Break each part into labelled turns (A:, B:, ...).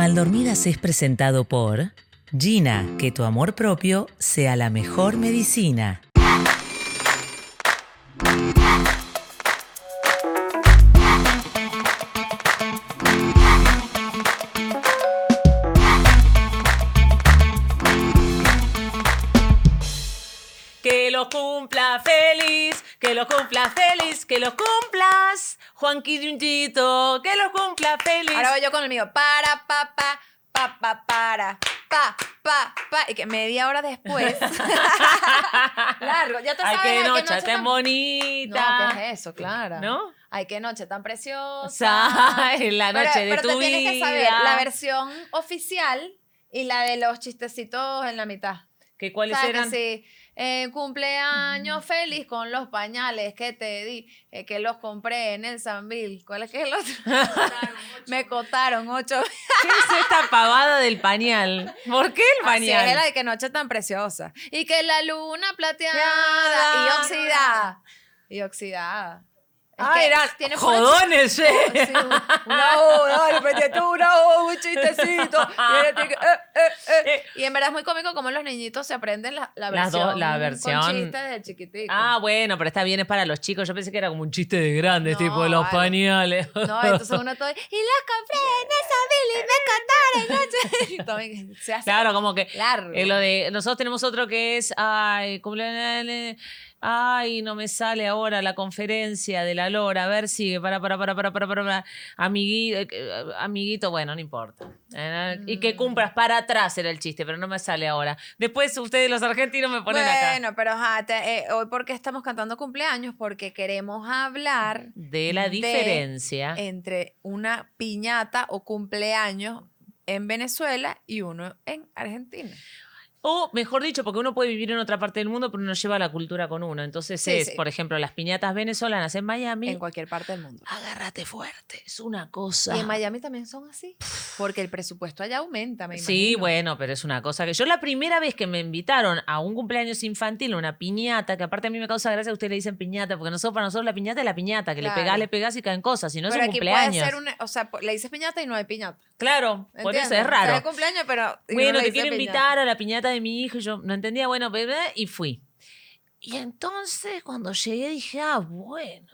A: Maldormidas es presentado por Gina, que tu amor propio sea la mejor medicina.
B: Que lo cumpla feliz, que lo cumpla feliz, que lo cumplas. Juanqui Junchito, que lo cumpla feliz.
C: Ahora voy yo con el mío. Para, pa, pa, pa, pa, para. Pa, pa, pa. Y que media hora después. Largo. Ya te
B: Ay,
C: sabes.
B: qué noche, tan
C: tan
B: bonita.
C: No, ¿qué es eso? Claro.
B: ¿No?
C: Ay, qué noche tan preciosa.
B: O sea, es la noche
C: pero,
B: de
C: pero
B: tu
C: te tienes que saber
B: vida.
C: la versión oficial y la de los chistecitos en la mitad.
B: ¿Qué, ¿Cuáles
C: ¿Sabes
B: eran? Mm.
C: que sí? Eh, cumpleaños feliz con los pañales que te di, eh, que los compré en el Sambil. ¿Cuál es que es el otro? Me costaron ocho.
B: ¿Qué es esta pavada del pañal? ¿Por qué el
C: Así es,
B: pañal?
C: era de que noche tan preciosa. Y que la luna plateada
B: Plateada.
C: y oxidada. Y oxidada. Es
B: Ah,
C: que
B: eran
C: tiene puro
B: jodones,
C: chi-
B: eh.
C: sí, una O, dale, prende tú una O, un chistecito. Y, ella tiene que, eh, eh, eh. Y en verdad es muy cómico cómo los niñitos se aprenden la, la
B: Las
C: versión.
B: dos- la versión.
C: Con chistes de chiquitico.
B: Ah, bueno, pero está bien, es para los chicos. Yo pensé que era como un chiste de grandes,
C: No,
B: tipo los
C: vale.
B: pañales.
C: No, entonces uno todo. Y los compré en esa Billy, me contaron noche. Y todo, Se hace
B: Claro, como que
C: largo.
B: Eh, lo de, nosotros tenemos otro que es, ay, cumpleaños, ay, no me sale ahora la conferencia de la Lora, a ver, sigue, para, para, para, para, para, para, para, amiguito, eh, amiguito, bueno, no importa. Eh, Y que cumplas para atrás era el chiste, pero no me sale ahora. Después ustedes los argentinos me ponen acá.
C: bueno, pero ajá, te- eh, hoy porque estamos cantando cumpleaños, porque queremos hablar
B: De la
C: de-
B: diferencia.
C: entre una piñata o cumpleaños en Venezuela y uno en Argentina.
B: O mejor dicho, porque uno puede vivir en otra parte del mundo, pero uno lleva la cultura con uno. Entonces
C: Sí,
B: es,
C: sí.
B: por ejemplo, las piñatas venezolanas en Miami.
C: En cualquier parte del mundo.
B: Agárrate fuerte, es una cosa.
C: Y en Miami también son así, porque el presupuesto allá aumenta, me
B: Sí,
C: imagino.
B: bueno, pero es una cosa que yo la primera vez que me invitaron a un cumpleaños infantil, a una piñata, que aparte a mí me causa gracia que ustedes le dicen piñata, porque nosotros para nosotros la piñata es la piñata, que le
C: Claro.
B: pegás, le pegás y caen cosas, y no
C: pero
B: es un
C: aquí
B: cumpleaños.
C: puede ser una, o sea, po- le dices piñata y no hay piñata.
B: Claro, por
C: ¿entiendes?
B: eso es
C: O sea,
B: raro.
C: hay cumpleaños, pero y uno
B: Bueno,
C: le
B: te
C: dice
B: quiero
C: piñata.
B: invitar a la piñata de mi hijo, y yo no entendía, bueno, bebé, y fui. Y entonces cuando llegué dije, ah, bueno.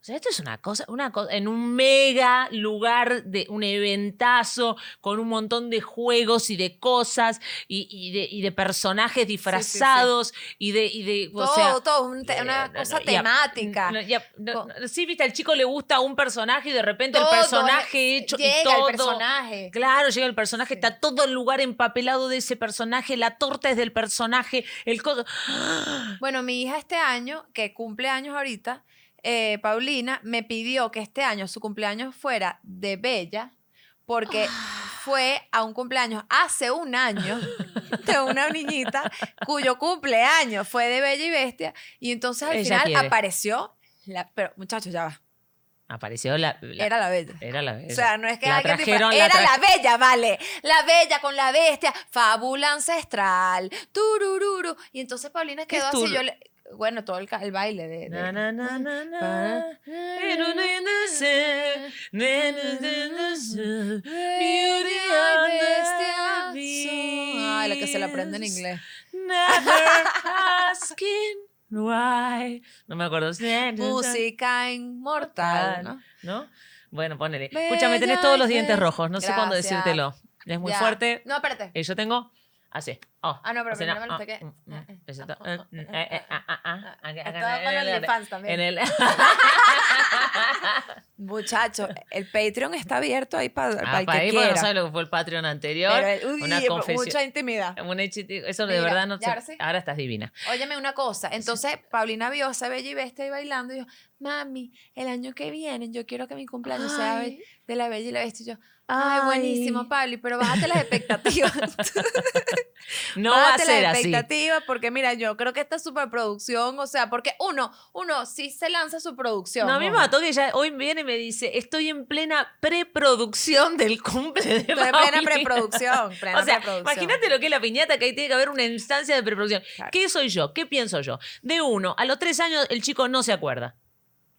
B: O sea, esto es una cosa, una cosa, en un mega lugar de un eventazo con un montón de juegos y de cosas y, y de, y de personajes disfrazados y de, y de, o
C: todo,
B: sea,
C: todo, un te- una
B: eh, no,
C: cosa
B: no, y a-
C: temática.
B: no, y a- no,
C: Co-
B: no, sí, viste, al chico le gusta un personaje y de repente
C: Todo, eh,
B: el personaje hecho
C: llega
B: y todo.
C: el personaje.
B: Claro, llega el personaje,
C: Sí.
B: está todo el lugar empapelado de ese personaje, la torta es del personaje, el coso.
C: Bueno, mi hija este año, que cumple años ahorita, eh, Paulina, me pidió que este año su cumpleaños fuera de Bella, porque
B: Ah.
C: fue a un cumpleaños hace un año de una niñita cuyo cumpleaños fue de Bella y Bestia, y entonces al
B: Ella
C: final
B: quiere.
C: apareció, la, pero muchachos, ya va,
B: Apareció la. la-
C: era la Bella.
B: era la-
C: O sea, no es que
B: la
C: alguien
B: trajeron,
C: disfra-
B: la
C: era la
B: trajeron.
C: bella, vale. La bella con la bestia, fábula ancestral, turururu. Y entonces Paulina
B: ¿Qué es
C: quedó así.
B: tur-
C: Yo le- bueno, todo el, ca- el baile de. de-
B: Na, na, na, na, na.
C: Para-
B: Era un atardecer, na, na, na, na, na. Beauty and the
C: Bestia, so- Ay, la que se la aprende en
B: Beast.
C: inglés.
B: Never asking why. No me acuerdo.
C: Uh, Música inmortal. ¿no?
B: ¿No? Bueno, ponele. Escúchame, tenés todos los dientes rojos. No sé cuándo
C: Gracias.
B: decírtelo. Es muy
C: Ya.
B: fuerte.
C: No, espérate.
B: Y yo tengo así. Oh,
C: Ah, no, pero
B: así,
C: primero me lo toqué.
B: mm, mm,
C: Ah, eh,
B: eso
C: ah,
B: to-
C: ah,
B: eh,
C: ah,
B: eh,
C: ah,
B: eh, ah, ah, ah,
C: ah,
B: acá,
C: estaba
B: acá,
C: con
B: en
C: el
B: el-
C: OnlyFans también.
B: en el-
C: Muchachos, el Patreon está abierto ahí para
B: Ah,
C: el
B: para
C: que
B: ahí, porque no
C: quiera.
B: sabes lo que fue el Patreon anterior.
C: Pero, uy,
B: una
C: pero
B: confesión.
C: mucha intimidad.
B: Un hechi- Eso de
C: Mira,
B: verdad no
C: ya,
B: sé.
C: ahora sí.
B: Ahora estás divina.
C: Óyeme una cosa. Entonces, Paulina vio a esa bella y bestia ahí bailando y yo, mami, el año que viene yo quiero que mi cumpleaños sea
B: Ay.
C: be- de la bella y la bestia. Y yo, ay,
B: Ay.
C: buenísimo, Pablo, pero bájate las expectativas.
B: No va a
C: Bájate
B: ser
C: las
B: así.
C: expectativas porque, mira, yo creo que esta superproducción, o sea, porque uno, uno sí se lanza su producción.
B: No, a mí me
C: ojo.
B: mató que ya hoy viene y me dice, estoy en plena preproducción del cumple de
C: Estoy en
B: Paulina".
C: plena preproducción. plena
B: O sea,
C: preproducción.
B: imagínate lo que es la piñata, que ahí tiene que haber una instancia de preproducción.
C: Claro.
B: ¿Qué soy yo? ¿Qué pienso yo? De uno, a los tres años el chico no se acuerda.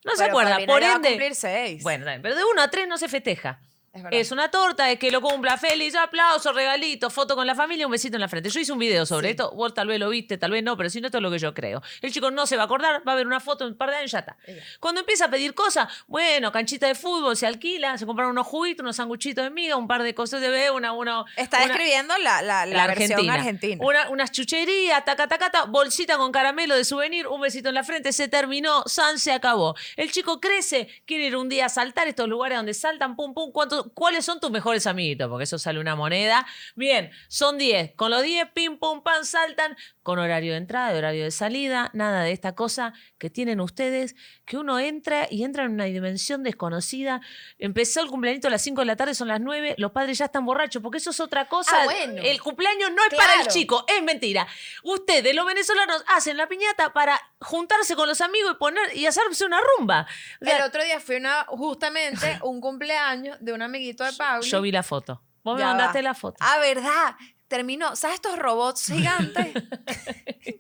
B: No se
C: Pero
B: acuerda.
C: Paulina
B: Por
C: ya va a
B: ende.
C: cumplir seis.
B: Bueno, está bien, pero de uno a tres no se festeja.
C: Es verdad.
B: Es una torta, es que lo cumpla feliz, aplauso, regalito, foto con la familia, un besito en la frente. Yo hice un video sobre
C: Sí.
B: esto, vos tal vez lo viste, tal vez no, pero si no, esto es lo que yo creo. El chico no se va a acordar, va a ver una foto en un par de años y ya está.
C: Y ya.
B: Cuando empieza a pedir cosas, bueno, canchita de fútbol, se alquila, se compran unos juguitos, unos sanguchitos de miga, un par de cosas de bebé, una, una,
C: Está
B: una-
C: describiendo la, la, la,
B: la
C: versión
B: Argentina.
C: argentina.
B: Una- unas chucherías, taca, taca, taca, bolsita con caramelo de souvenir, un besito en la frente, se terminó, San se acabó. El chico crece, quiere ir un día a saltar estos lugares donde saltan, pum, pum. ¿cuánto- ¿Cuáles son tus mejores amiguitos? Porque eso sale una moneda. Bien, son 10. Con los 10, pim, pum, pan, saltan. Con horario de entrada, de horario de salida, nada de esta cosa que tienen ustedes, que uno entra y entra en una dimensión desconocida. Empezó el cumpleaños a las 5 de la tarde, son las 9, los padres ya están borrachos, porque eso es otra cosa.
C: Ah, bueno.
B: El cumpleaños no es para el
C: Claro.
B: chico, es mentira. Ustedes, los venezolanos, hacen la piñata para juntarse con los amigos y poner y hacerse una rumba. O sea,
C: El otro día fui a una, justamente un cumpleaños de un amiguito de Pablo.
B: yo vi la foto. Vos
C: Ya
B: me mandaste
C: va.
B: la foto.
C: Ah, ¿verdad? Terminó. ¿Sabes estos robots gigantes?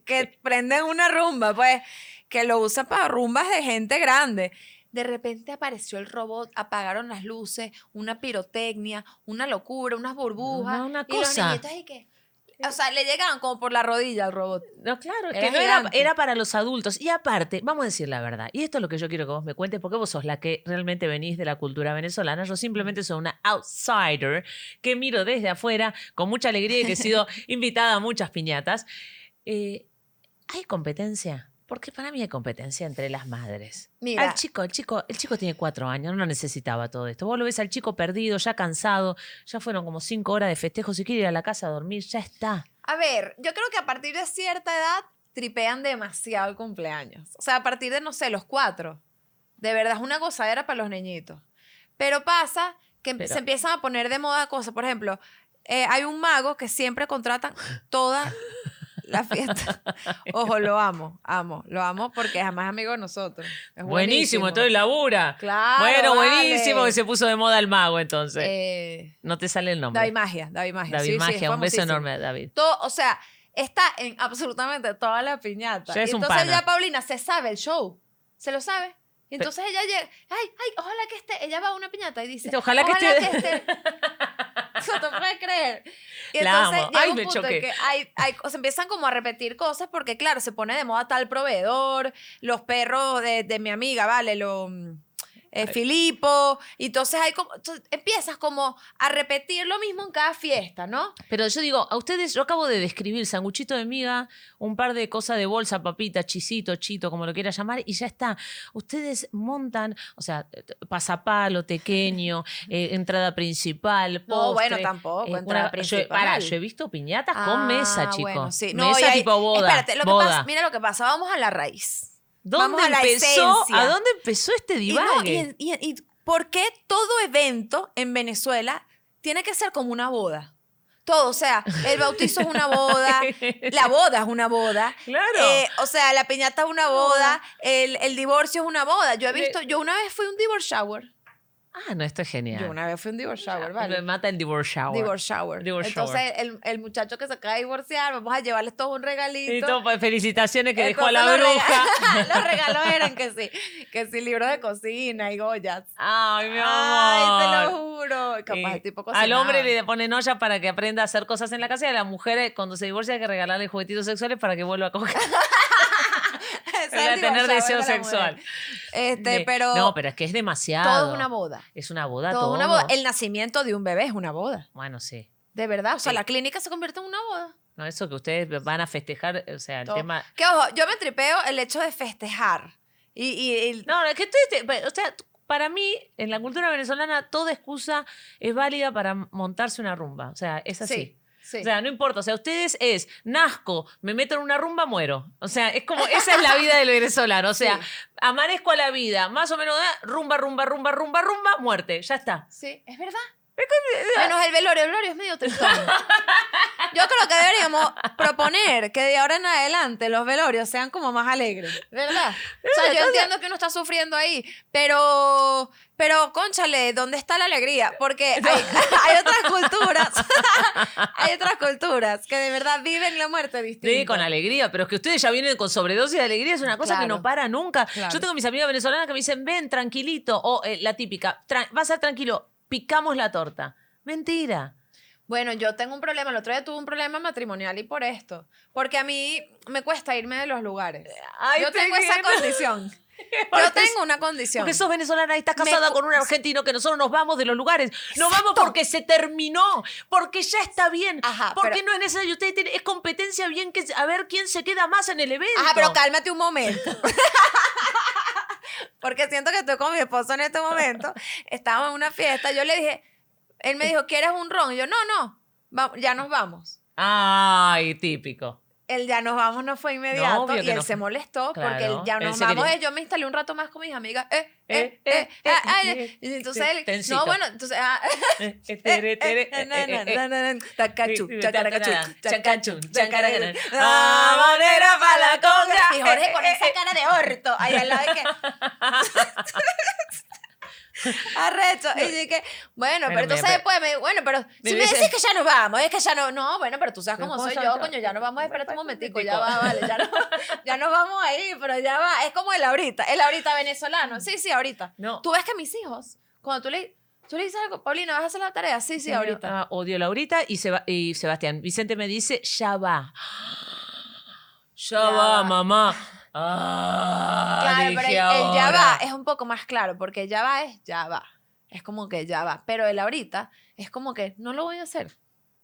C: que prenden una rumba, pues, que lo usan para rumbas de gente grande. De repente apareció el robot, apagaron las luces, una pirotecnia, una locura, unas burbujas.
B: Una- una
C: Y los
B: cosa.
C: niñitos, ¿y qué? O sea, le llegaban como por la rodilla al robot.
B: No, claro,
C: Era
B: que no era,
C: gigante.
B: era para los adultos. Y aparte, vamos a decir la verdad, y esto es lo que yo quiero que vos me cuentes, porque vos sos la que realmente venís de la cultura venezolana. Yo simplemente soy una outsider que miro desde afuera con mucha alegría y que he sido invitada a muchas piñatas. Eh, ¿Hay competencia? Porque para mí hay competencia entre las madres.
C: Mira.
B: Al chico, el chico, el chico tiene cuatro años, no necesitaba todo esto. Vos lo ves al chico perdido, ya cansado, ya fueron como cinco horas de festejo, si quiere ir a la casa a dormir, ya está.
C: A ver, yo creo que a partir de cierta edad tripean demasiado el cumpleaños. O sea, a partir de, no sé, los cuatro. De verdad es una gozadera para los niñitos. Pero pasa que em-
B: Pero-
C: se empiezan a poner de moda cosas. Por ejemplo, eh, hay un mago que siempre contratan toda la fiesta. Ojo, lo amo, amo, lo amo porque es además amigo de nosotros. Es
B: Buenísimo, entonces labura.
C: Claro,
B: bueno, buenísimo
C: vale.
B: que se puso de moda el mago entonces.
C: Eh,
B: no te sale el nombre.
C: David Magia, David Magia.
B: David
C: sí, sí, es
B: Magia, un beso
C: famosísimo.
B: enorme a David.
C: Todo, o sea, está en absolutamente toda la piñata.
B: Ya es
C: Y
B: un
C: entonces
B: pana.
C: ya Paulina se sabe el show, se lo sabe. Y
B: Pe-
C: entonces ella llega, ay, ay, ojalá que esté, ella va a una piñata y dice,
B: Dice, "Ojalá que esté".
C: No te puedes creer. Y
B: La
C: entonces
B: amo.
C: llega
B: Ay,
C: un
B: me
C: punto en
B: choqué.
C: que hay, hay, o sea, empiezan como a repetir cosas porque, claro, se pone de moda tal proveedor, los perros de, de mi amiga, vale, lo... mm, eh, Filipo, y entonces hay como, entonces empiezas como a repetir lo mismo en cada fiesta, ¿no?
B: Pero yo digo, a ustedes, yo acabo de describir sanguchito de miga, un par de cosas de bolsa, papita, chisito, chito, como lo quiera llamar, y ya está. Ustedes montan, o sea, eh, t- pasapalo, tequeño, eh, entrada principal,
C: No,
B: postre,
C: bueno, tampoco,
B: eh,
C: entrada
B: una- yo he-
C: principal.
B: pará, yo he visto piñatas con
C: Ah,
B: mesa, chicos.
C: bueno, sí. y
B: mesa
C: ahí-
B: tipo boda.
C: Espérate, lo que
B: boda.
C: pasa- mira lo que pasa, vamos a la raíz.
B: ¿Dónde
C: vamos a la
B: empezó?
C: esencia.
B: ¿A dónde empezó este
C: Y, no,
B: divague?
C: y- y- y por qué todo evento en Venezuela tiene que ser como una boda? Todo, o sea, el bautizo es una boda, la eh, boda es una boda.
B: Claro.
C: eh, o sea, la piñata es una boda, el, el divorcio es una boda. Yo he
B: Le-
C: visto, yo una vez fui a un divorce shower.
B: ah, no, esto es genial.
C: Yo una vez fui a un divorce shower,
B: Me
C: ¿vale?
B: mata el divorce shower.
C: Divorce shower.
B: Divorce
C: Entonces, El, el muchacho que se acaba de divorciar, vamos a llevarles todo un regalito.
B: Y todo, pues, felicitaciones que dejó a la
C: Entonces, los
B: bruja.
C: rega- los regalos eran que sí, que sí, libros de cocina y Goyas.
B: Ay, mi amor.
C: Ay, te lo juro. Y Capaz,
B: Y
C: el tipo
B: al
C: cocinaba.
B: hombre le ponen olla para que aprenda a hacer cosas en la casa y a la mujer eh, cuando se divorcia hay que regalarle juguetitos sexuales para que vuelva a coger,
C: Ese es
B: para
C: el
B: tener
C: divorcio
B: deseo
C: de la mujer.
B: sexual.
C: Este,
B: De-
C: pero,
B: no, pero es que es demasiado.
C: todo es una boda.
B: Es una boda,
C: Todo
B: todo.
C: es una boda. El nacimiento de un bebé es una boda.
B: Bueno, sí.
C: De verdad. O sea,
B: Sí.
C: la clínica se convierte en una boda.
B: No, eso que ustedes van a festejar, o sea, el
C: Todo.
B: tema...
C: Que ojo, yo me tripeo el hecho de festejar. Y, y- y-
B: No, no, es que ustedes te- pa- o sea, t- para mí, en la cultura venezolana, toda excusa es válida para m- montarse una rumba. O sea, es así.
C: Sí, sí.
B: O sea, no importa. O sea, ustedes es, nazco, me meto en una rumba, muero. O sea, es como, esa es la vida del venezolano. O sea,
C: Sí.
B: amanezco a la vida, más o menos, ah, rumba, rumba, rumba, rumba, rumba, muerte. Ya está.
C: Sí, es verdad.
B: eh,
C: Menos el velorio, el velorio es medio tristón. Yo creo que deberíamos proponer que de ahora en adelante los velorios sean como más alegres, ¿verdad? O sea, yo entiendo que uno está sufriendo ahí, pero, pero, conchale, ¿dónde está la alegría? Porque hay, hay otras culturas, hay otras culturas que de verdad viven la muerte distinta.
B: Sí, con alegría, pero es que ustedes ya vienen con sobredosis de alegría, es una cosa que
C: Claro.
B: no para nunca.
C: Claro.
B: Yo tengo mis amigas venezolanas que me dicen, ven tranquilito, o eh, la típica, "Tran- vas a ser tranquilo, picamos la torta. Mentira.
C: Bueno, yo tengo un problema. El otro día tuve un problema matrimonial y por esto. Porque a mí me cuesta irme de los lugares.
B: Ay,
C: yo
B: te
C: tengo esa
B: quiero.
C: condición. Yo tengo una condición.
B: Porque sos venezolana y estás
C: Me
B: casada
C: cu-
B: con un argentino que nosotros nos vamos de los lugares. Nos vamos porque se terminó, porque ya está bien,
C: Ajá,
B: porque
C: Ah, pero-
B: no es necesario. Ustedes tienen- es competencia bien que a ver quién se queda más en el evento.
C: Ajá, Ah, pero cálmate un momento. Porque siento que estoy con mi esposo en este momento. Estábamos en una fiesta. Yo le dije, él me dijo, ¿quieres un ron? Y yo, no, no, va- ya nos vamos.
B: Ay, típico.
C: El ya nos vamos no fue inmediato
B: obvio
C: y
B: que
C: él
B: no
C: se
B: fue.
C: molestó porque
B: Claro,
C: el ya
B: él
C: nos
B: se
C: vamos.
B: quería.
C: eh, Yo me instalé un rato más con mis amigas. Eh, eh, eh,
B: Eh, eh, eh,
C: ah, ah,
B: eh,
C: y entonces
B: eh,
C: él, no,
B: tencito.
C: bueno, entonces. ah,
B: Eh, eh,
C: eh,
B: tere,
C: eh,
B: tere,
C: na,
B: eh,
C: na,
B: eh, eh.
C: na, na, na, tacachú, chacaracachú,
B: Chacachú, chacaracará.
C: chacaracachú.
B: Habanera pa' Ah, la conga.
C: Y Jorge con
B: Eh,
C: esa cara de orto. Ahí al lado de que. Arrecho. Y dije, bueno, pero
B: Pero
C: entonces
B: mira,
C: después me dijo, bueno, pero
B: me
C: si me
B: dice-
C: decís que ya nos vamos, es que ya no. No, bueno, pero tú sabes
B: Pero
C: cómo
B: ¿cómo
C: soy
B: soy
C: yo,
B: yo?
C: coño, ya nos vamos, espérate un
B: Espérate un
C: momentico, ya va, vale,
B: momentico.
C: ya, no, ya nos vamos ahí, pero ya va. Es como el ahorita, el ahorita venezolano. Sí, sí, ahorita.
B: No.
C: Tú ves que mis hijos, cuando tú le, tú le dices algo, Paulina, ¿vas a hacer la tarea? Sí, sí,
B: Odio-
C: ahorita.
B: ah, odio Laurita y, Seba- y Sebastián. Vicente me dice, ya va. Ya,
C: Ya
B: va,
C: va.
B: mamá. Ah,
C: Claro,
B: dije
C: pero el, el ya
B: ahora.
C: va es un poco más claro, porque el ya va es ya va. Es como que ya va. Pero el ahorita es como que no lo voy a hacer.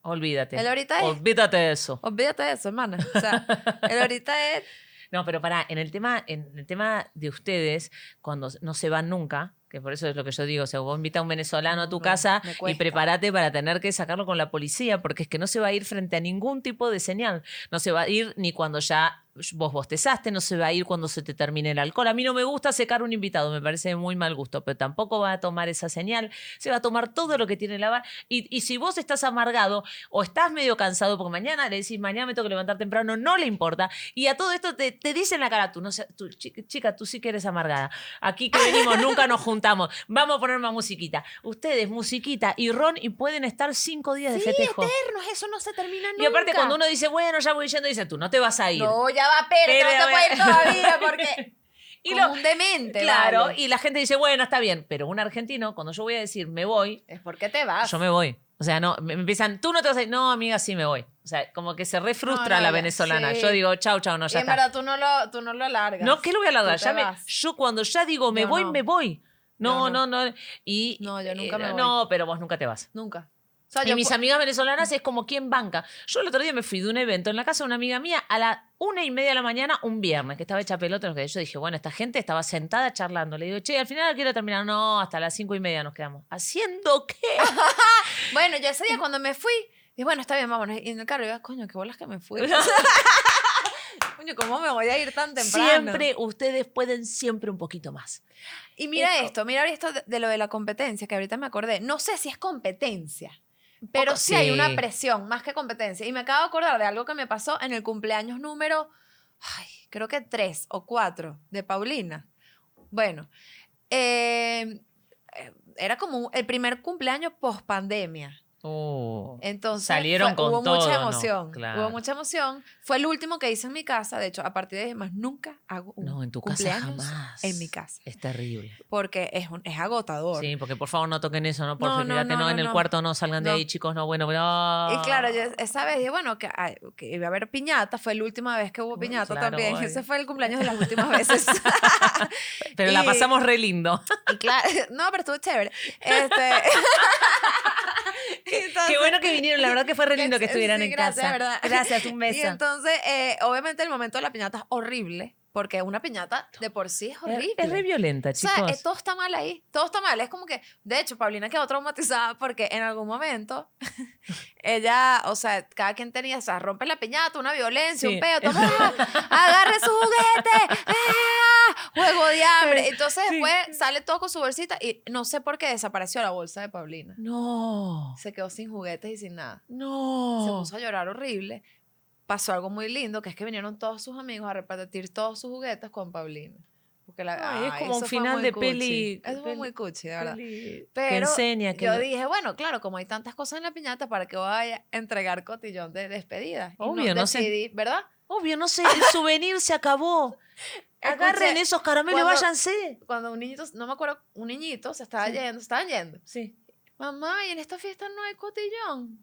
B: Olvídate.
C: El ahorita es.
B: Olvídate de eso.
C: Olvídate de eso, hermana. O sea, el ahorita es.
B: No, pero pará, en el tema, en el tema de ustedes, cuando no se van nunca, que por eso es lo que yo digo, o sea, vos invita a un venezolano a tu
C: No,
B: casa
C: me
B: y
C: cuesta.
B: prepárate para tener que sacarlo con la policía, porque es que no se va a ir frente a ningún tipo de señal. No se va a ir ni cuando ya vos bostezaste, no se va a ir cuando se te termine el alcohol. A mí no me gusta secar un invitado, me parece de muy mal gusto, pero tampoco va a tomar esa señal, se va a tomar todo lo que tiene la bar. Y, y si vos estás amargado o estás medio cansado, porque mañana le decís, mañana me tengo que levantar temprano, no le importa. Y a todo esto te, te dicen la cara, tú, no sé, tú, chi- chica, tú sí que eres amargada. Aquí que venimos, nunca nos juntamos. Vamos a poner más musiquita. Ustedes, musiquita y ron, y pueden estar cinco días de festejo.
C: "Pernos, Eso no se termina nunca.
B: Y aparte, cuando uno dice, bueno, ya voy yendo, dice, tú no te vas a ir.
C: No, ya va, pero,
B: Pero
C: no te
B: voy-
C: puedes ir todavía porque.
B: Y
C: como
B: lo-
C: un demente.
B: claro,
C: vale.
B: y la gente dice, bueno, está bien. Pero un argentino, cuando yo voy a decir, me voy,
C: Es porque te vas.
B: yo me voy. O sea, no, me me empiezan, tú no te vas a ir. No, amiga, sí me voy. O sea, como que se refrustra
C: No, no,
B: la
C: ya,
B: venezolana.
C: sí.
B: Yo digo, chau, chau, no,
C: y en
B: ya está.
C: verdad tú no lo, tú no lo largas.
B: No, que lo voy a alargar.
C: Tú
B: ya
C: te
B: me-
C: vas.
B: yo cuando ya digo me
C: Yo
B: voy,
C: no.
B: me voy. No,
C: Yo
B: no,
C: no.
B: no. Y,
C: No, yo nunca me
B: eh,
C: voy.
B: No, pero vos nunca te vas.
C: Nunca. O sea,
B: Y
C: yo
B: mis
C: pu-
B: amigas venezolanas es como quien banca. Yo el otro día me fui de un evento en la casa de una amiga mía a las una y media de la mañana, un viernes, que estaba hecha pelota. lo que Yo dije, bueno, esta gente estaba sentada charlando. Le digo, che, al final quiero terminar. No, hasta las cinco y media nos quedamos. ¿Haciendo qué?
C: Bueno, yo ese día cuando me fui, dije, bueno, está bien, vámonos. Y en el carro, yo, coño, qué bolas que me fui. coño, ¿cómo me voy a ir tan temprano?
B: Siempre, ustedes pueden siempre un poquito más.
C: Y mira
B: Esto.
C: esto, mira esto de, de lo de la competencia, que ahorita me acordé. No sé si es competencia, pero sí, hay una
B: sí.
C: presión, más que competencia. Y me acabo de acordar de algo que me pasó en el cumpleaños número, ay, creo que tres o cuatro, de Paulina. Bueno, eh, eh, era como un- el primer cumpleaños post pandemia.
B: Oh.
C: Entonces
B: Salieron
C: fue-
B: con
C: hubo
B: todo,
C: mucha
B: ¿no?
C: emoción,
B: Claro.
C: hubo mucha emoción. Fue el último que hice en mi casa, de hecho, a partir de ahí más nunca hago un
B: No, en tu casa
C: cumpleaños
B: jamás.
C: en mi casa,
B: Es terrible.
C: porque es un- es agotador.
B: Sí, porque por favor no toquen eso, no por
C: No,
B: favor,
C: no,
B: quédate,
C: no,
B: no, en
C: no,
B: el
C: no.
B: cuarto no salgan
C: No.
B: de ahí, chicos, no, bueno, bueno.
C: Y claro, yo
B: Ah.
C: esa vez dije, bueno, que, ay, que iba a haber piñata, fue la última vez que hubo
B: Bueno,
C: piñata
B: claro,
C: también.
B: obvio.
C: Ese fue el cumpleaños de las últimas veces.
B: Pero la
C: y-
B: pasamos re lindo.
C: Y claro, no, pero estuvo chévere. Este,
B: Qué
C: Entonces-
B: bueno que vinieron, la verdad que fue re lindo que
C: Sí,
B: estuvieran
C: sí,
B: en
C: gracias,
B: casa.
C: ¿verdad?
B: Gracias, un
C: Y
B: beso.
C: entonces, eh, obviamente el momento de la piñata es horrible, porque una piñata de por sí es
B: Es-
C: horrible.
B: es re violenta,
C: O sea,
B: chicos.
C: eh, todo está mal ahí, todo está mal. Es como que, de hecho, Paulina quedó traumatizada porque en algún momento ella, o sea, cada quien tenía, o sea, rompe la piñata, una violencia,
B: Sí.
C: un pedo, toma, agarre su juguete, ¡ah! juego de hambre. Entonces
B: Sí.
C: después sale todo con su bolsita y no sé por qué desapareció la bolsa de Paulina.
B: No,
C: Se quedó sin juguetes y sin nada. Se
B: no.
C: puso a llorar horrible. Pasó algo muy lindo, que es que vinieron todos sus amigos a repartir todos sus juguetes con Paulina. Porque la, ah,
B: Ay, es como
C: eso
B: un
C: fue
B: final
C: muy
B: de
C: cuchi.
B: peli-
C: Eso fue
B: peli-
C: muy cuchi, de verdad.
B: Que
C: Pero
B: enseña, que
C: yo
B: no-
C: dije, bueno, claro, como hay tantas cosas en la piñata, ¿para qué voy a entregar cotillón de despedida? Y
B: Obvio, no sé.
C: decidí, ¿verdad?
B: Obvio, no sé, el souvenir se acabó. Agarren
C: Escuché,
B: esos caramelos,
C: cuando-
B: váyanse.
C: Cuando un niñito, no me acuerdo, un niñito se estaba
B: Sí.
C: yendo, se estaban yendo.
B: Sí.
C: mamá, y en esta fiesta no hay cotillón.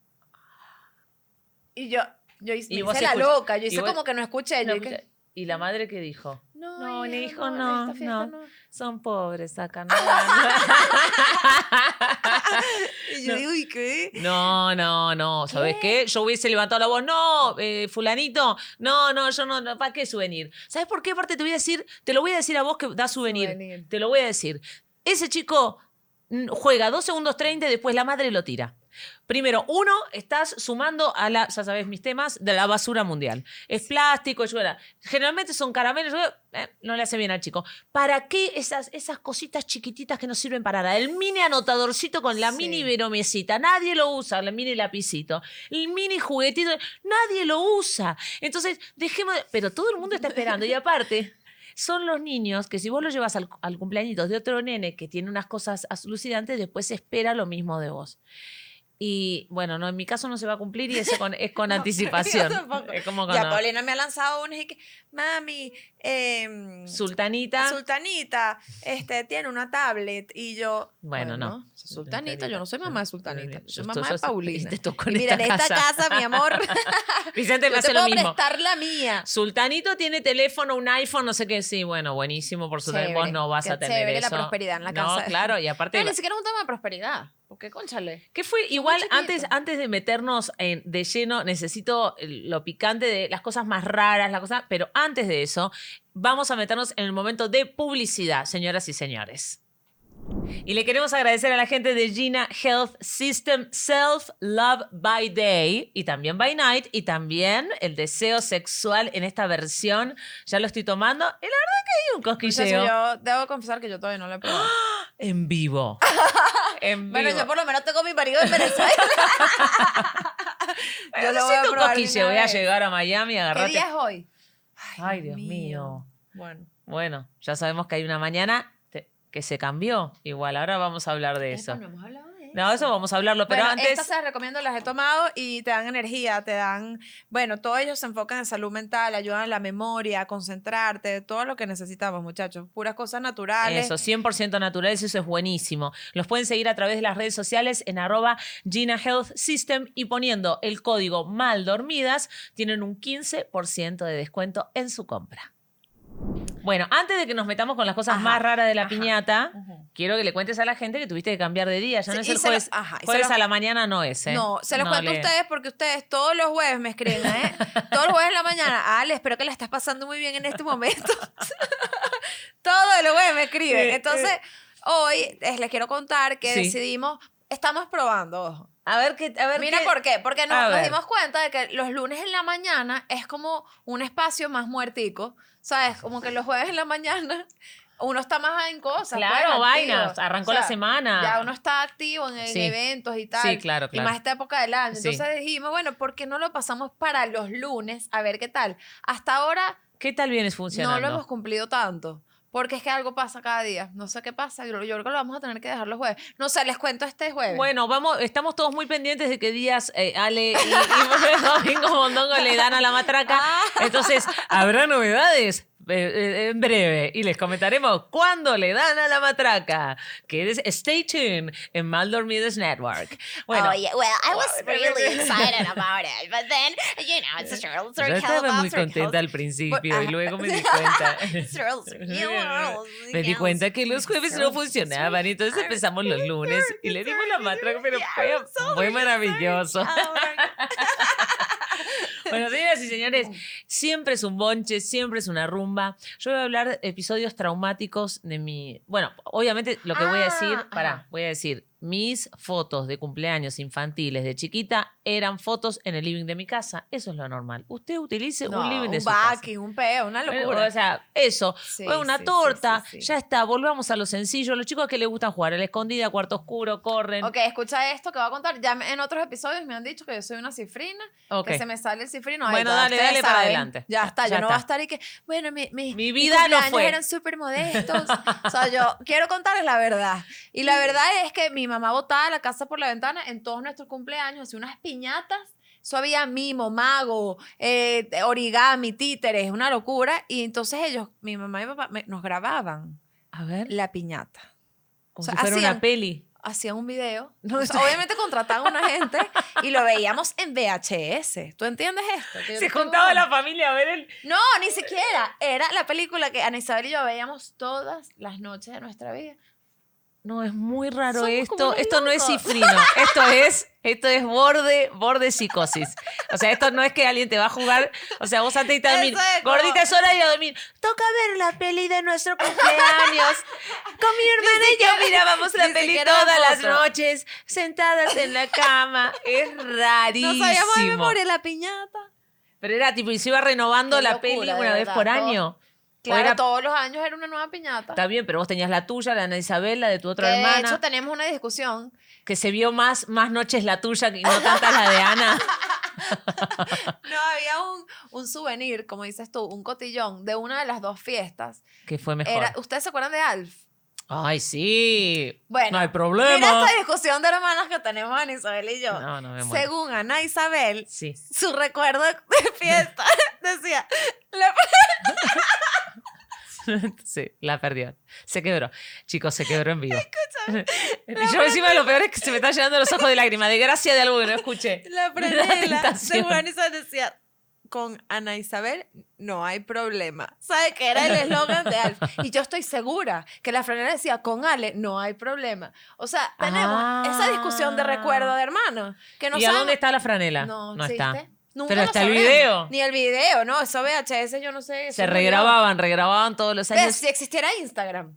C: Y yo, yo hice,
B: Y
C: me
B: vos
C: hice la
B: escucha-
C: loca, yo
B: y
C: hice
B: vos-
C: como que no escuché.
B: No,
C: yo dije,
B: ¿Y la madre qué dijo?
C: no,
B: No, le
C: hija,
B: dijo,
C: en
B: no,
C: esta fiesta
B: no. Son pobres acá. No,
C: Y yo
B: No.
C: digo, ¿y qué?
B: no, no, no, ¿sabes qué? Yo hubiese levantado la voz, no, eh, fulanito, no, no, yo no, no, ¿para qué souvenir? ¿Sabes por qué? Aparte te voy a decir, te lo voy a decir a vos que da souvenir.
C: Souvenir.
B: Te lo voy a decir. Ese chico mm, juega 2 segundos 30 y después la madre lo tira. Primero, uno, estás sumando a la, ya sabes mis temas, de la basura mundial. Es plástico, lluela. Generalmente son caramelos, yo- eh, no le hace bien al chico. ¿Para qué esas, esas cositas chiquititas que no sirven para nada? El mini anotadorcito con la
C: Sí.
B: mini veromecita, nadie lo usa, el mini lapicito, el mini juguetito, nadie lo usa. Entonces, dejemos, de- pero todo el mundo está esperando y aparte son los niños que si vos los llevas al, al cumpleañitos de otro nene que tiene unas cosas alucinantes, después se espera lo mismo de vos. Y bueno, no, en mi caso no se va a cumplir y eso con, es con
C: No,
B: anticipación.
C: yo tampoco.
B: Es como
C: Ya
B: cuando-
C: Paulina me ha lanzado unas y que, mami, em,
B: Sultanita.
C: Sultanita, este, tiene una tablet. Y yo,
B: Bueno, no.
C: Sultanita, yo no soy mamá de Sultanita. Yo soy mamá de
B: sos-
C: Paulina.
B: Te tocó
C: Y
B: en
C: mira,
B: esta,
C: en esta
B: casa.
C: casa, mi amor,
B: Vicente me
C: yo
B: hace
C: te
B: lo
C: puedo
B: mismo.
C: prestar la mía.
B: Sultanito tiene teléfono, un iPhone, no sé qué. Sí, bueno, buenísimo, por suerte
C: Chévere,
B: vos no vas
C: qué
B: a tener
C: chévere la
B: eso.
C: prosperidad en la
B: No,
C: casa.
B: claro, y aparte...
C: No, ni siquiera es un tema de prosperidad. Porque, conchale.
B: ¿Qué fue? Igual
C: chiquitos.
B: antes, antes de meternos en- de lleno, necesito el- lo picante de las cosas más raras, las cosas, pero antes de eso, vamos a meternos en el momento de publicidad, señoras y señores. Y le queremos agradecer a la gente de Gina Health System Self Love by Day y también by Night y también el deseo sexual en esta versión. Ya lo estoy tomando. Y la verdad que hay un
C: Muchacho,
B: cosquilleo
C: yo debo confesar que yo todavía no lo he probado.
B: en vivo. En
C: Bueno,
B: vivo.
C: yo por lo menos tengo mi marido en Venezuela. yo lo voy a
B: Necesito
C: probar de
B: cosquilleo.
C: una
B: Voy a
C: vez.
B: llegar a Miami,
C: ¿Qué
B: agarrate
C: día es hoy?
B: Ay, Dios mío.
C: Bueno.
B: Bueno, ya sabemos que hay una mañana te- que se cambió. Igual, ahora vamos a hablar de eso.
C: No hemos hablado de eso.
B: No, eso vamos a hablarlo, pero
C: Bueno,
B: antes.
C: Estas se las recomiendo, las he tomado y te dan energía, te dan. Bueno, todos ellos se enfocan en salud mental, ayudan a la memoria, a concentrarte, todo lo que necesitamos, muchachos. Puras cosas naturales.
B: Eso, 100% naturales, eso es buenísimo. Los pueden seguir a través de las redes sociales en arroba Gina Health System y poniendo el código mal dormidas, tienen un 15% de descuento en su compra. Bueno, antes de que nos metamos con las cosas
C: Ajá,
B: más raras de la
C: ajá.
B: piñata,
C: Ujú.
B: quiero que le cuentes a la gente que tuviste que cambiar de día. Ya
C: Sí,
B: no es
C: y
B: el
C: se lo-
B: jueves.
C: ajá, y se
B: jueves
C: lo-
B: a la mañana no es, ¿eh?
C: No, se los
B: No
C: cuento
B: le-
C: a ustedes porque ustedes todos los jueves me escriben, ¿eh? Todos los jueves en la mañana. Ale, espero que la estás pasando muy bien en este momento. todos los jueves me escriben.
B: Eh,
C: Entonces, hoy eh, les quiero contar que
B: Sí.
C: decidimos, estamos probando, ojo.
B: A ver qué. A ver
C: Mira
B: qué-
C: por qué, porque no-
B: A
C: nos
B: ver.
C: dimos cuenta de que los lunes en la mañana es como un espacio más muertico, ¿sabes? Como que los jueves en la mañana uno está más en cosas.
B: Claro,
C: pues,
B: vainas.
C: activo.
B: Arrancó
C: O sea,
B: la semana.
C: Ya uno está activo en, en
B: Sí.
C: eventos y tal.
B: Sí, claro,
C: Y
B: claro.
C: más esta época del año.
B: Sí.
C: Entonces dijimos, bueno, ¿por qué no lo pasamos para los lunes? A ver qué tal. Hasta ahora
B: ¿Qué tal vienes
C: no
B: funcionando?
C: lo hemos cumplido tanto. Porque es que algo pasa cada día. No sé qué pasa. Yo, yo creo que lo vamos a tener que dejar los jueves. No sé, les cuento este jueves.
B: bueno, vamos, estamos todos muy pendientes de qué días eh, Ale y, y Domingo Mondongo le dan a la matraca.
C: Ah.
B: Entonces, habrá novedades Eh, eh, en breve y les comentaremos cuándo le dan a la matraca. Que es Stay Tuned en Mal Dormidos Network. Bueno,
D: oh yeah, well, I was really excited about it, but then you know, it's a turtle
B: yo
D: circle.
B: estaba muy
D: circle,
B: contenta al
C: pues,
B: principio y
D: Ajá.
B: luego me di cuenta.
D: circle, circle,
B: Me di
D: circle.
B: cuenta que los jueves no funcionaban, entonces empezamos los lunes y le dimos la matraca, pero fue muy maravilloso.
C: Ah.
D: Oh, my God.
B: Bueno, señoras y señores, siempre es un bonche, siempre es una rumba. Yo voy a hablar episodios traumáticos de mi. Bueno, obviamente lo que voy a decir,
C: Ah,
B: pará,
C: ajá.
B: voy a decir, mis fotos de cumpleaños infantiles de chiquita eran fotos en el living de mi casa. Eso es lo normal. Usted utilice
C: No,
B: un living de
C: un
B: su casa.
C: backing, un peo, una
B: Bueno,
C: locura.
B: O sea, eso.
C: Sí,
B: Bueno,
C: sí,
B: una
C: sí,
B: torta,
C: sí, sí.
B: ya está, volvamos a lo sencillo. Los chicos que les gustan jugar a la escondida, cuarto oscuro, corren.
C: Ok, escucha esto que voy a contar. Ya me- en otros episodios me han dicho que yo soy una cifrina,
B: Ok.
C: que se me sale el cifrino. Ay,
B: Bueno,
C: ya
B: dale,
C: ustedes
B: dale para
C: saben.
B: adelante.
C: Ya está,
B: Ya
C: yo no voy a
B: está.
C: estar y que, bueno, mi, mi, mis
B: Mi vida no
C: cumpleaños
B: fue.
C: eran súper modestos. o sea, yo quiero contarles la verdad. Y la verdad es que mi mamá botaba la casa por la ventana en todos nuestros cumpleaños, hacía unas piñatas. Eso había mimo, mago, eh, origami, títeres, una locura. Y entonces ellos, mi mamá y mi papá, me- nos grababan
B: A ver,
C: la piñata.
B: como
C: o sea,
B: si fuera una
C: hacían-
B: peli.
C: hacían un video. O
B: No,
C: sea,
B: estoy-
C: obviamente contrataban a una gente y lo veíamos en VHS. ¿Tú entiendes esto? Que yo te
B: Se
C: tengo
B: juntaba
C: un-
B: la familia a ver el.
C: No, ni siquiera. Era la película que Ana Isabel y yo veíamos todas las noches de nuestra vida.
B: No, es muy raro
D: Somos como
B: esto.
D: unos
B: Esto no es
D: locos.
B: cifrino. Esto es, esto es borde, borde psicosis. O sea, esto no es que alguien te va a jugar. O sea, vos antes de irte a dormir.
C: Eso es como-
B: Gordita es hora de ir a dormir. Toca ver la peli de nuestro cumpleaños. Con mi hermana y yo mirábamos la
C: ni
B: peli
C: siquiera
B: todas
C: la
B: las
C: foto.
B: noches, sentadas en la cama. Es
C: No
B: rarísimo.
C: sabíamos de memoria la piñata.
B: Pero era tipo, y se iba renovando
C: Qué
B: la
C: locura,
B: peli
C: de
B: una vez
C: verdad,
B: por
C: todo-
B: año. O
C: Claro,
B: era-
C: todos los años era una nueva piñata.
B: Está bien, pero vos tenías la tuya, la de Ana Isabel, la de tu
C: Que
B: otra
C: de
B: hermana.
C: hecho tenemos una discusión.
B: Que se vio más, más noches la tuya y no tantas la de Ana.
C: No, había un, un souvenir, como dices tú, un cotillón de una de las dos fiestas.
B: Que fue mejor.
C: Era, ¿Ustedes se acuerdan de Alf?
B: Ay, sí.
C: Bueno,
B: no hay
C: Mira
B: problema.
C: esta discusión de hermanas que tenemos Ana Isabel y yo.
B: No, no me muero.
C: Según Ana Isabel,
B: Sí.
C: su recuerdo de fiesta decía, la-
B: sí, la perdió. Se quebró. Chicos, se quebró en vivo. Y yo encima lo peor es que se me están llenando los ojos de lágrimas. De gracia de algo que no escuché.
C: la franela,
B: tentación.
C: según Ana Isabel decía, con Ana Isabel no hay problema. ¿Sabe que era el eslogan de Alf? Y yo estoy segura que la franela decía, con Ale no hay problema. O sea, tenemos
B: Ah.
C: esa discusión de recuerdo de hermanos. Que no
B: ¿Y a
C: sabemos-
B: dónde está la franela?
C: No,
B: está.
C: existe. Nunca
B: Pero
C: lo
B: está el
C: sabremos.
B: video.
C: Ni el video, no, eso VHS yo no sé. eso
B: Se
C: murió.
B: regrababan, regrababan todos los
C: Ves,
B: años.
C: Si existiera Instagram,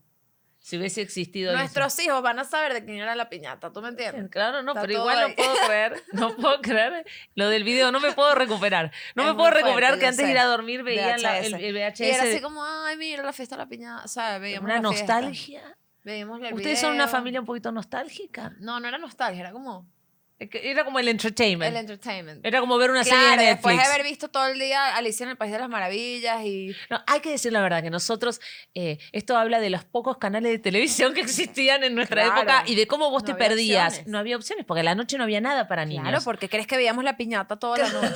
B: Si hubiese existido. eso.
C: nuestros hijos van a saber de quién era la piñata, ¿tú me entiendes?
B: Claro, no,
C: Está
B: pero
C: todo
B: igual
C: ahí.
B: no puedo creer, no puedo creer lo del video, no me puedo recuperar.
C: Es
B: No me
C: muy
B: puedo
C: fuerte,
B: recuperar que
C: yo
B: antes
C: sé.
B: de ir a dormir veía la- el, el VHS.
C: Y era así
B: de-
C: como, ay, mira la fiesta de la piñata, o sea, veíamos
B: una
C: la fiesta,
B: nostalgia.
C: veíamos el
B: Ustedes son una
C: video.
B: familia un poquito nostálgica.
C: No, no era nostalgia, era como
B: Es que Era como el entertainment.
C: el entertainment.
B: era como ver una serie
C: Claro,
B: de
C: después
B: Netflix.
C: de haber visto todo el día Alicia en el País de las Maravillas y
B: No, hay que decir la verdad que nosotros, eh, esto habla de los pocos canales de televisión que existían en nuestra
C: Claro.
B: época y de cómo vos
C: No
B: te
C: había
B: perdías.
C: opciones.
B: No había opciones porque a la noche no había nada para niños.
C: Claro, porque crees que veíamos la piñata toda la noche.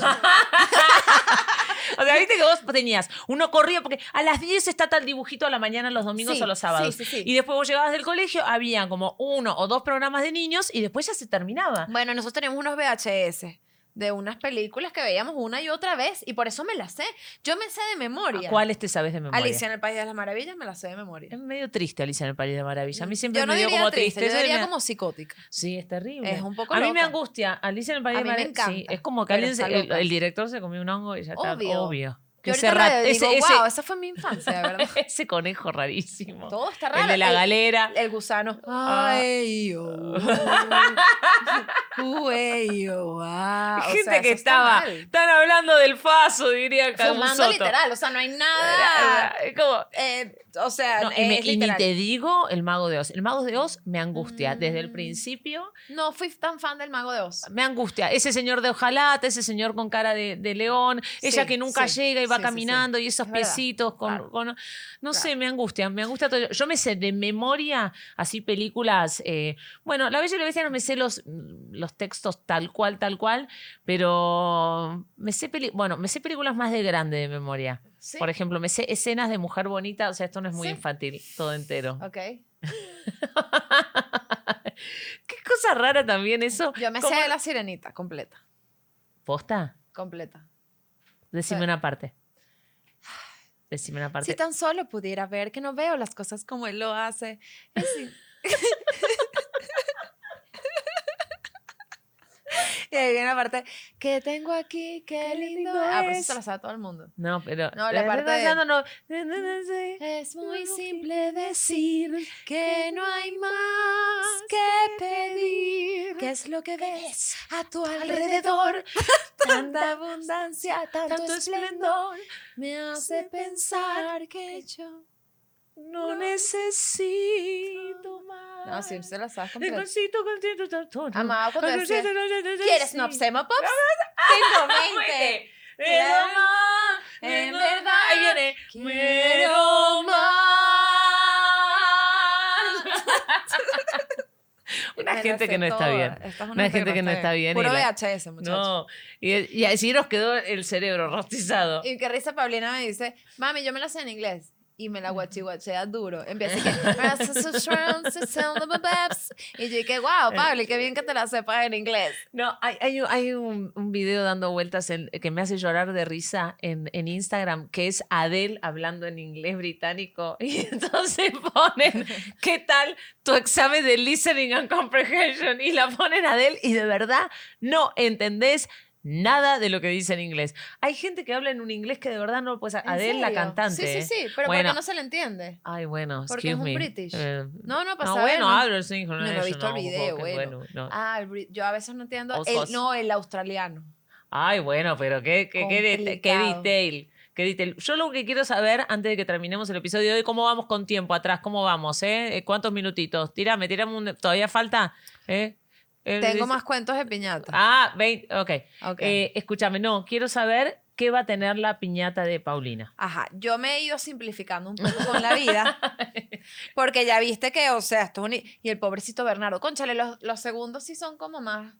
B: O sea, viste que vos tenías, uno corría porque a las 10 está tal dibujito a la mañana, los domingos
C: Sí,
B: o los sábados.
C: sí, sí, sí.
B: Y después vos llegabas del colegio, había como uno o dos programas de niños y después ya se terminaba.
C: Bueno, nosotros tenemos unos VHS de unas películas que veíamos una y otra vez y por eso me las sé. Yo me sé de memoria.
B: ¿Cuáles te sabes de memoria?
C: Alicia en el País de las Maravillas me las sé de memoria.
B: Es medio triste Alicia en el País de Maravilla. A mí siempre
C: yo no
B: me dio
C: diría
B: como
C: triste,
B: triste.
C: yo diría como psicótica.
B: Sí, es terrible.
C: Es un poco
B: A mí me
C: loca.
B: angustia. Alicia en el País
C: A
B: de
C: mí me
B: Maravilla. Sí,
C: encanta,
B: es como que
C: pero
B: alguien se-
C: está
B: el,
C: loca.
B: el director se comió un hongo y ya está.
C: Obvio.
B: Obvio.
C: Yo
B: Que
C: ahorita
B: ese
C: lo
B: rat-
C: veo y digo,
B: ese- ese-
C: wow, esa fue mi infancia, de verdad.
B: ese conejo rarísimo.
C: Todo está raro.
B: El de la
C: El-
B: galera.
C: El gusano.
B: Ah.
C: Ay, oh. Uy, oh, ah. O
B: Gente
C: sea, eso
B: que
C: está
B: estaba.
C: mal.
B: Están hablando del faso, diría Camus
C: Fumando
B: Soto.
C: literal, o sea, no hay nada.
B: Es como-
C: Ah, eh, o sea,
B: No, y, me-
C: es
B: y ni
C: literal.
B: te digo el mago de Oz. El mago de Oz me angustia. Desde
C: Mm.
B: el principio
C: No fui tan fan del Mago de Oz.
B: me angustia. Ese señor de ojalata, ese señor con cara de, de león, ella
C: Sí,
B: que nunca
C: sí,
B: llega y
C: sí,
B: va
C: sí, sí.
B: caminando y esos
C: Es verdad.
B: piecitos con,
C: Claro.
B: con- No sé, me angustia. Me angustia todo. Yo me sé de memoria así películas. eh, bueno, La Bella y la Bestia no me sé los, mm, los textos tal cual, tal cual, pero me sé, peli- bueno, me sé películas más de grande de memoria.
C: Sí.
B: Por ejemplo, me sé escenas de mujer bonita, o sea, esto no es muy
C: Sí.
B: infantil, todo entero.
C: Ok.
B: Qué cosa rara también eso.
C: Yo me
B: ¿Cómo-
C: sé la sirenita completa.
B: ¿Posta?
C: Completa.
B: Decime
C: Sí.
B: una parte. Decime una parte.
C: Si tan solo pudiera ver que no veo las cosas como él lo hace. Es in- y ahí viene la parte que tengo aquí, qué, lindo.
B: lindo
C: Ah, pero eso
B: es".
C: se la sabe todo el mundo.
B: No, pero.
C: No, la
B: Eh,
C: parte de-
B: no, no, no sé.
C: Es muy simple decir que no hay más que pedir. ¿Qué es lo que ves a tu alrededor? Tanta abundancia, tanto
B: Tanto
C: esplendor.
B: esplendor.
C: Me hace pensar que yo
B: No necesito más.
C: No, sí, se la sabes
B: El
C: completa.
B: concito, concito, todo, todo.
C: Amaba cuando
B: El
C: decía,
B: concito, no, no, no, no,
C: ¿Quieres
B: sí.
C: Nopsema Pops? Tengo
B: Fuente.
C: 20.
B: Pero más,
C: en
B: pero
C: verdad,
B: más. Ahí viene.
C: quiero
B: más. Una
C: Me la
B: gente que
C: sé
B: no está
C: toda.
B: bien.
C: Esta es
B: Una gente que no está bien y
C: Puro
B: la-
C: VHS, muchachos.
B: No. Y, y así nos quedó el cerebro rostizado.
C: Y que risa Paulina me dice, mami, yo me la sé en inglés. y me la guachihuachea duro. Empieza a que... Y yo dije, wow,
B: Eh,
C: Pablo, qué bien que te la sepas en inglés.
B: No, hay, hay, un- hay un, un video dando vueltas en- que me hace llorar de risa en, en Instagram, que es Adele hablando en inglés británico. Y entonces ponen, ¿qué tal tu examen de listening and comprehension? Y la ponen Adele y de verdad no entendés nada de lo que dice en inglés. Hay gente que habla en un inglés que de verdad no, pues
C: ¿En
B: Adele la
C: serio?
B: cantante.
C: Sí,
B: ¿eh?
C: sí, sí, pero ¿por
B: Bueno.
C: qué no se le entiende?
B: Ay, bueno,
C: Porque es
B: excuse
C: un
B: me.
C: british.
B: Eh,
C: No, no, pasa
B: no, bueno,
C: nada.
B: hablo el synchronization,
C: No lo he visto el
B: no,
C: video,
B: ok,
C: bueno.
B: no.
C: Ah, el bri- yo a veces no entiendo.
B: Os-
C: El,
B: os.
C: no, el australiano.
B: Ay, bueno, pero qué, qué, qué, deta- qué
C: Complicado.
B: detail. Qué detail. Yo lo que quiero saber, antes de que terminemos el episodio de hoy, ¿cómo vamos con tiempo atrás? ¿Cómo vamos? Eh? Eh, ¿Cuántos minutitos? Tírame, tírame un... ¿Todavía falta? ¿Eh? Eh,
C: Tengo
B: dice-
C: más cuentos de piñata.
B: Ah, 20, ok.
C: Ok.
B: Eh, escúchame, no, quiero saber qué va a tener la piñata de Paulina.
C: Ajá, yo me he ido simplificando un poco con la vida, porque ya viste que, o sea, esto es un- Y el pobrecito Bernardo, conchale, los, los segundos sí son como más...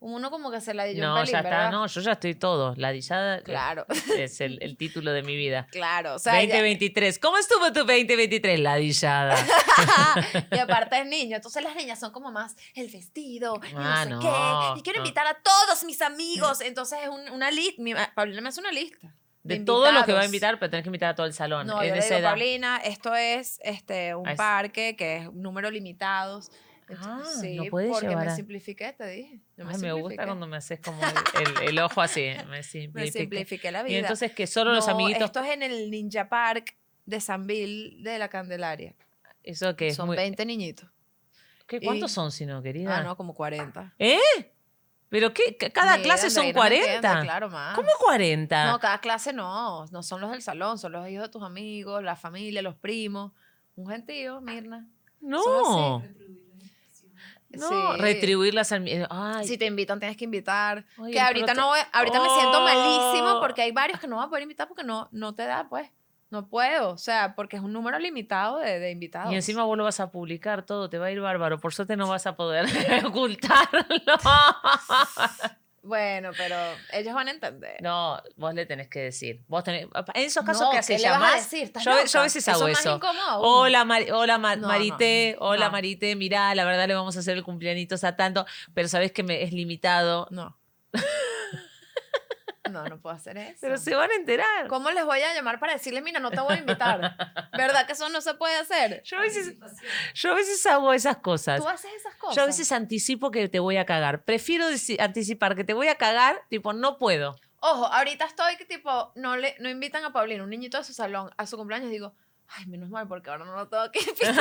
C: Uno como que se la dio un
B: No,
C: pelín,
B: ya está,
C: ¿verdad?
B: no, yo ya estoy todo. La dillada
C: Claro,
B: es el, el título de mi vida.
C: claro. O sea, ya-
B: 2023. ¿Cómo estuvo tu 2023? La dillada.
C: y aparte es niño, entonces las niñas son como más el vestido, y
B: Ah,
C: no
B: no,
C: sé qué, y quiero
B: no.
C: invitar a todos mis amigos, entonces es un- una lista, Paulina me hace una lista.
B: De, todo lo que va
C: invitados.
B: a invitar, pero tenés que invitar a todo el salón.
C: No,
B: en
C: yo le
B: esa
C: digo,
B: edad.
C: Paulina, esto es este, un
B: Ah, es-
C: parque que es número limitados.
B: Ah,
C: Entonces, sí,
B: no puedes
C: porque
B: llevar
C: me
B: a-
C: simplifiqué, te dije. Yo me,
B: Ay, me gusta
C: simplifiqué.
B: cuando me haces como el, el- el ojo así. Me
C: me
B: simplifica.
C: simplifiqué la vida.
B: Y entonces que solo los
C: No,
B: amiguitos,
C: Esto es en el Ninja Park de Sanville de la Candelaria.
B: eso que es
C: Son
B: muy-
C: 20 niñitos.
B: ¿Qué,
C: y-
B: ¿Cuántos son, sino querida?
C: Ah, no, como 40.
B: ¿Eh? ¿Pero qué? C- Cada
C: Mira,
B: clase son
C: Andreina, no entiende,
B: 40.
C: claro, más.
B: ¿Cómo 40?
C: No, cada clase no. No son los del salón, son los hijos de tus amigos, la familia, los primos. Un gentío, Mirna.
B: no. No,
C: Sí.
B: retribuir las almi- eh, Ay,
C: Si te invitan, tienes que invitar.
B: Oye,
C: que
B: pero
C: ahorita
B: te-
C: no voy- ahorita me siento malísimo
B: Oh.
C: porque hay varios que no voy a poder invitar porque no, no te da, pues. No puedo. O sea, porque es un número limitado de, de invitados.
B: Y encima vos lo vas a publicar todo, te va a ir bárbaro. Por suerte no vas a poder ocultarlo.
C: Bueno, pero ellos van a entender.
B: No, vos le tenés que decir. Vos tenés, en esos casos
C: No,
B: que haces
C: le vas a
B: llamás.
C: decir? ¿Estás
B: Yo, yo
C: loca?
B: a veces hago
C: es
B: eso.
C: más incómodo aún.
B: Hola, Mari- hola Ma-
C: No, no,
B: Marité, hola
C: no.
B: Marité, mirá, la verdad le vamos a hacer el cumpleañitos a tanto, pero sabés que me, es limitado.
C: No. No, no puedo hacer eso.
B: Pero se van a enterar.
C: ¿Cómo les voy a llamar para decirles, mira, no te voy a invitar? ¿Verdad que eso no se puede hacer?
B: Yo a veces, yo a veces hago esas cosas.
C: Tú haces esas cosas.
B: Yo a veces anticipo que te voy a cagar. Prefiero deci- anticipar que te voy a cagar, tipo, no puedo.
C: Ojo, ahorita estoy que tipo, no le no invitan a Paulina, un niñito a su salón, a su cumpleaños, digo, ay, menos mal, porque ahora no lo tengo que invitar.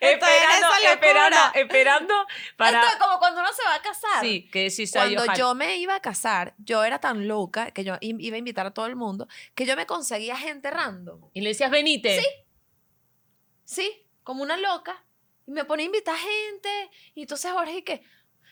C: en
B: esperando,
C: esa
B: esperando,
C: locura.
B: esperando para.
C: Esto es como cuando uno se va a casar.
B: Sí, que decís "Ay,
C: Cuando
B: ojalá".
C: yo me iba a casar, yo era tan loca que yo im- iba a invitar a todo el mundo, que yo me conseguía gente random.
B: Y le decías, venite.
C: Sí. ¿Sí? Como una loca. Y me ponía a invitar gente. Y entonces Jorge y que...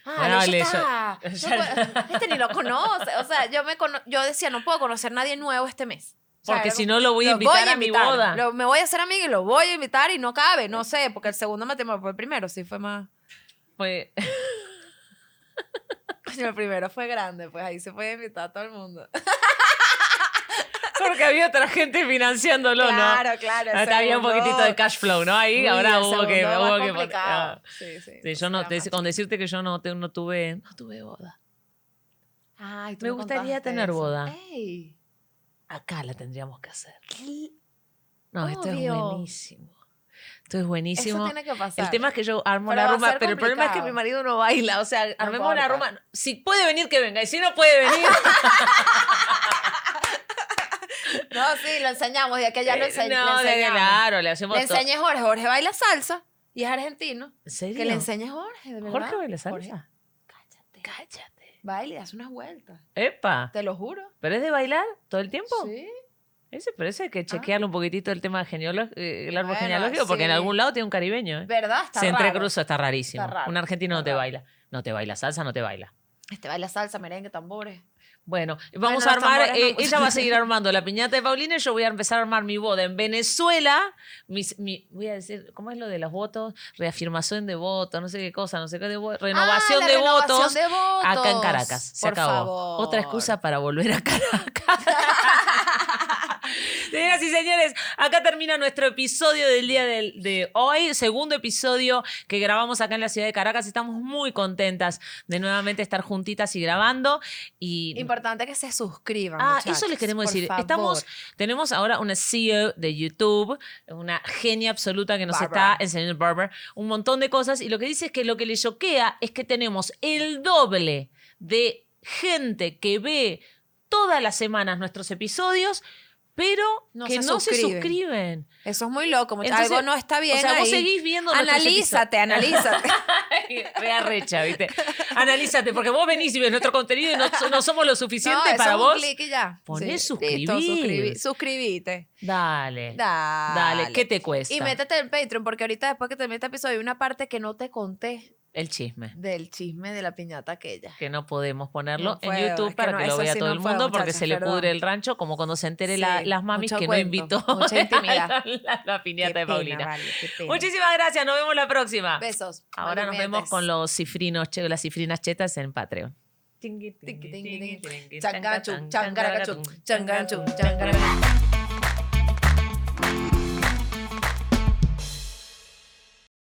C: Ah,
B: Bueno,
C: Alexa
B: Alexa,
C: está- no
B: ya-
C: puedo- este ni lo conoce. O sea, yo, me cono- yo decía, no puedo conocer nadie nuevo este mes. O sea,
B: Porque
C: era
B: si
C: como-
B: no lo voy a
C: Lo
B: invitar a mi
C: invitar,
B: boda.
C: lo- me voy a hacer amiga y lo voy a invitar y no cabe, no sé, porque el segundo matrimonio fue el primero, sí fue más.
B: Fue-
C: Coño, el primero fue grande, pues ahí se puede invitar a todo el mundo.
B: Porque había otra gente financiándolo,
C: claro,
B: ¿no?
C: claro. el
B: Ah, Está bien un
C: segundo-
B: poquitito de cash flow, ¿no? Ahí
C: Uy,
B: ahora
C: el
B: hubo que,
C: segundo más
B: hubo que poner-
C: complicado.
B: ah.
C: Sí, sí.
B: Sí,
C: entonces
B: yo no,
C: era
B: te-
C: más
B: con decirte que yo no, te- no tuve, no tuve
C: chido.
B: boda.
C: Ay, tú
B: Me
C: contaste
B: gustaría tener
C: eso.
B: boda.
C: Ey,
B: Acá la tendríamos que hacer.
C: qué-
B: No, esto es
C: Obvio.
B: buenísimo. Esto es
C: eso
B: buenísimo.
C: tiene que pasar.
B: El tema es que yo armo
C: Pero
B: la
C: va a
B: rumba,
C: ser
B: pero el problema es que
C: complicado.
B: mi marido no baila. O sea, armemos una
C: importa.
B: rumba. Si puede venir, que venga. Y si no puede venir.
C: No, sí, lo enseñamos, de aquí a allá lo,
B: eh,
C: ense-
B: no,
C: le
B: de-
C: enseñamos.
B: claro, le
C: le
B: hacemos todo.
C: enseñé a Jorge, Jorge baila salsa y es argentino.
B: ¿En serio?
C: Que le enseñe a Jorge, de verdad.
B: Jorge baila
C: Jorge,
B: salsa.
C: cállate.
B: Cállate.
C: Baila y hace unas vueltas.
B: Epa.
C: Te lo juro.
B: ¿Pero es de bailar todo el tiempo?
C: Sí.
B: Ese, pero ese hay que chequearle un poquitito el tema genealógico, el árbol
C: Ah. Bueno,
B: genealógico, porque en
C: sí.
B: algún lado tiene un caribeño. ¿eh?
C: ¿Verdad? Está
B: Se
C: raro.
B: entrecruzó, está rarísimo.
C: Está raro,
B: un argentino
C: está
B: no te
C: raro.
B: baila. No te baila, salsa no te baila.
C: Este baila salsa, merengue, tambores.
B: Bueno, vamos
C: Bueno,
B: a
C: los
B: armar,
C: tambores no
B: eh, ella va a seguir armando la piñata de Paulina y yo voy a empezar a armar mi boda en Venezuela. Mis, mi- voy a decir, ¿cómo es lo de los votos? Reafirmación de votos, no sé qué cosa, no sé qué de vo- Renovación,
C: Ah, la
B: de,
C: renovación
B: votos
C: de votos.
B: acá en Caracas. Se
C: Por
B: acabó.
C: favor.
B: Otra excusa para volver a Caracas. Señoras y señores, acá termina nuestro episodio del día del- de hoy, segundo episodio que grabamos acá en la ciudad de Caracas. Estamos muy contentas de nuevamente estar juntitas y grabando. Y
C: Importante que se suscriban.
B: Ah, eso
C: muchachos,
B: les queremos
C: por
B: decir.
C: favor.
B: Estamos, tenemos ahora una CEO de YouTube, una genia absoluta que nos
C: Barbara.
B: está enseñando Barber un montón de cosas. Y lo que dice es que lo que le choquea es que tenemos el doble de gente que ve todas las semanas nuestros episodios, pero
C: No
B: que
C: se
B: no se
C: suscriben.
B: suscriben.
C: Eso es muy loco. muchachos.
B: Entonces,
C: Algo no está bien.
B: o sea, vos
C: ahí.
B: seguís viendo nuestros
C: Analízate, analízate.
B: episodios. Re arrecha, ¿viste? Analízate, porque vos venís y ves nuestro contenido y no, no somos lo
C: No,
B: suficiente
C: eso
B: para
C: es un
B: vos.
C: clic y ya.
B: Poné
C: listo,
B: suscribir.
C: suscribí- suscribite.
B: Dale.
C: Dale.
B: Dale, ¿qué te cuesta?
C: Y métete en Patreon, porque ahorita después que termine este episodio hay una parte que no te conté
B: el chisme.
C: del chisme de la piñata aquella.
B: Que no podemos ponerlo
C: No puedo,
B: en
C: es
B: YouTube
C: que
B: para
C: no,
B: que lo
C: eso
B: vea
C: sí
B: todo
C: no
B: el
C: puedo,
B: mundo porque
C: muchachos,
B: se le
C: perdón.
B: pudre el rancho, como cuando se entere la-
C: Sí,
B: las mamis
C: mucho
B: que
C: cuento,
B: no invitó
C: mucha intimidad.
B: a la, la piñata
C: Qué
B: de
C: pena,
B: Paulina.
C: vale, qué pena.
B: Muchísimas gracias, nos vemos la próxima.
C: Besos.
B: Ahora nos
C: malvivientes.
B: vemos con los cifrinos, che, las cifrinas chetas en Patreon.
C: Tiqui, tiqui, tiqui. Changachum, changarachu, changachum, changarachu.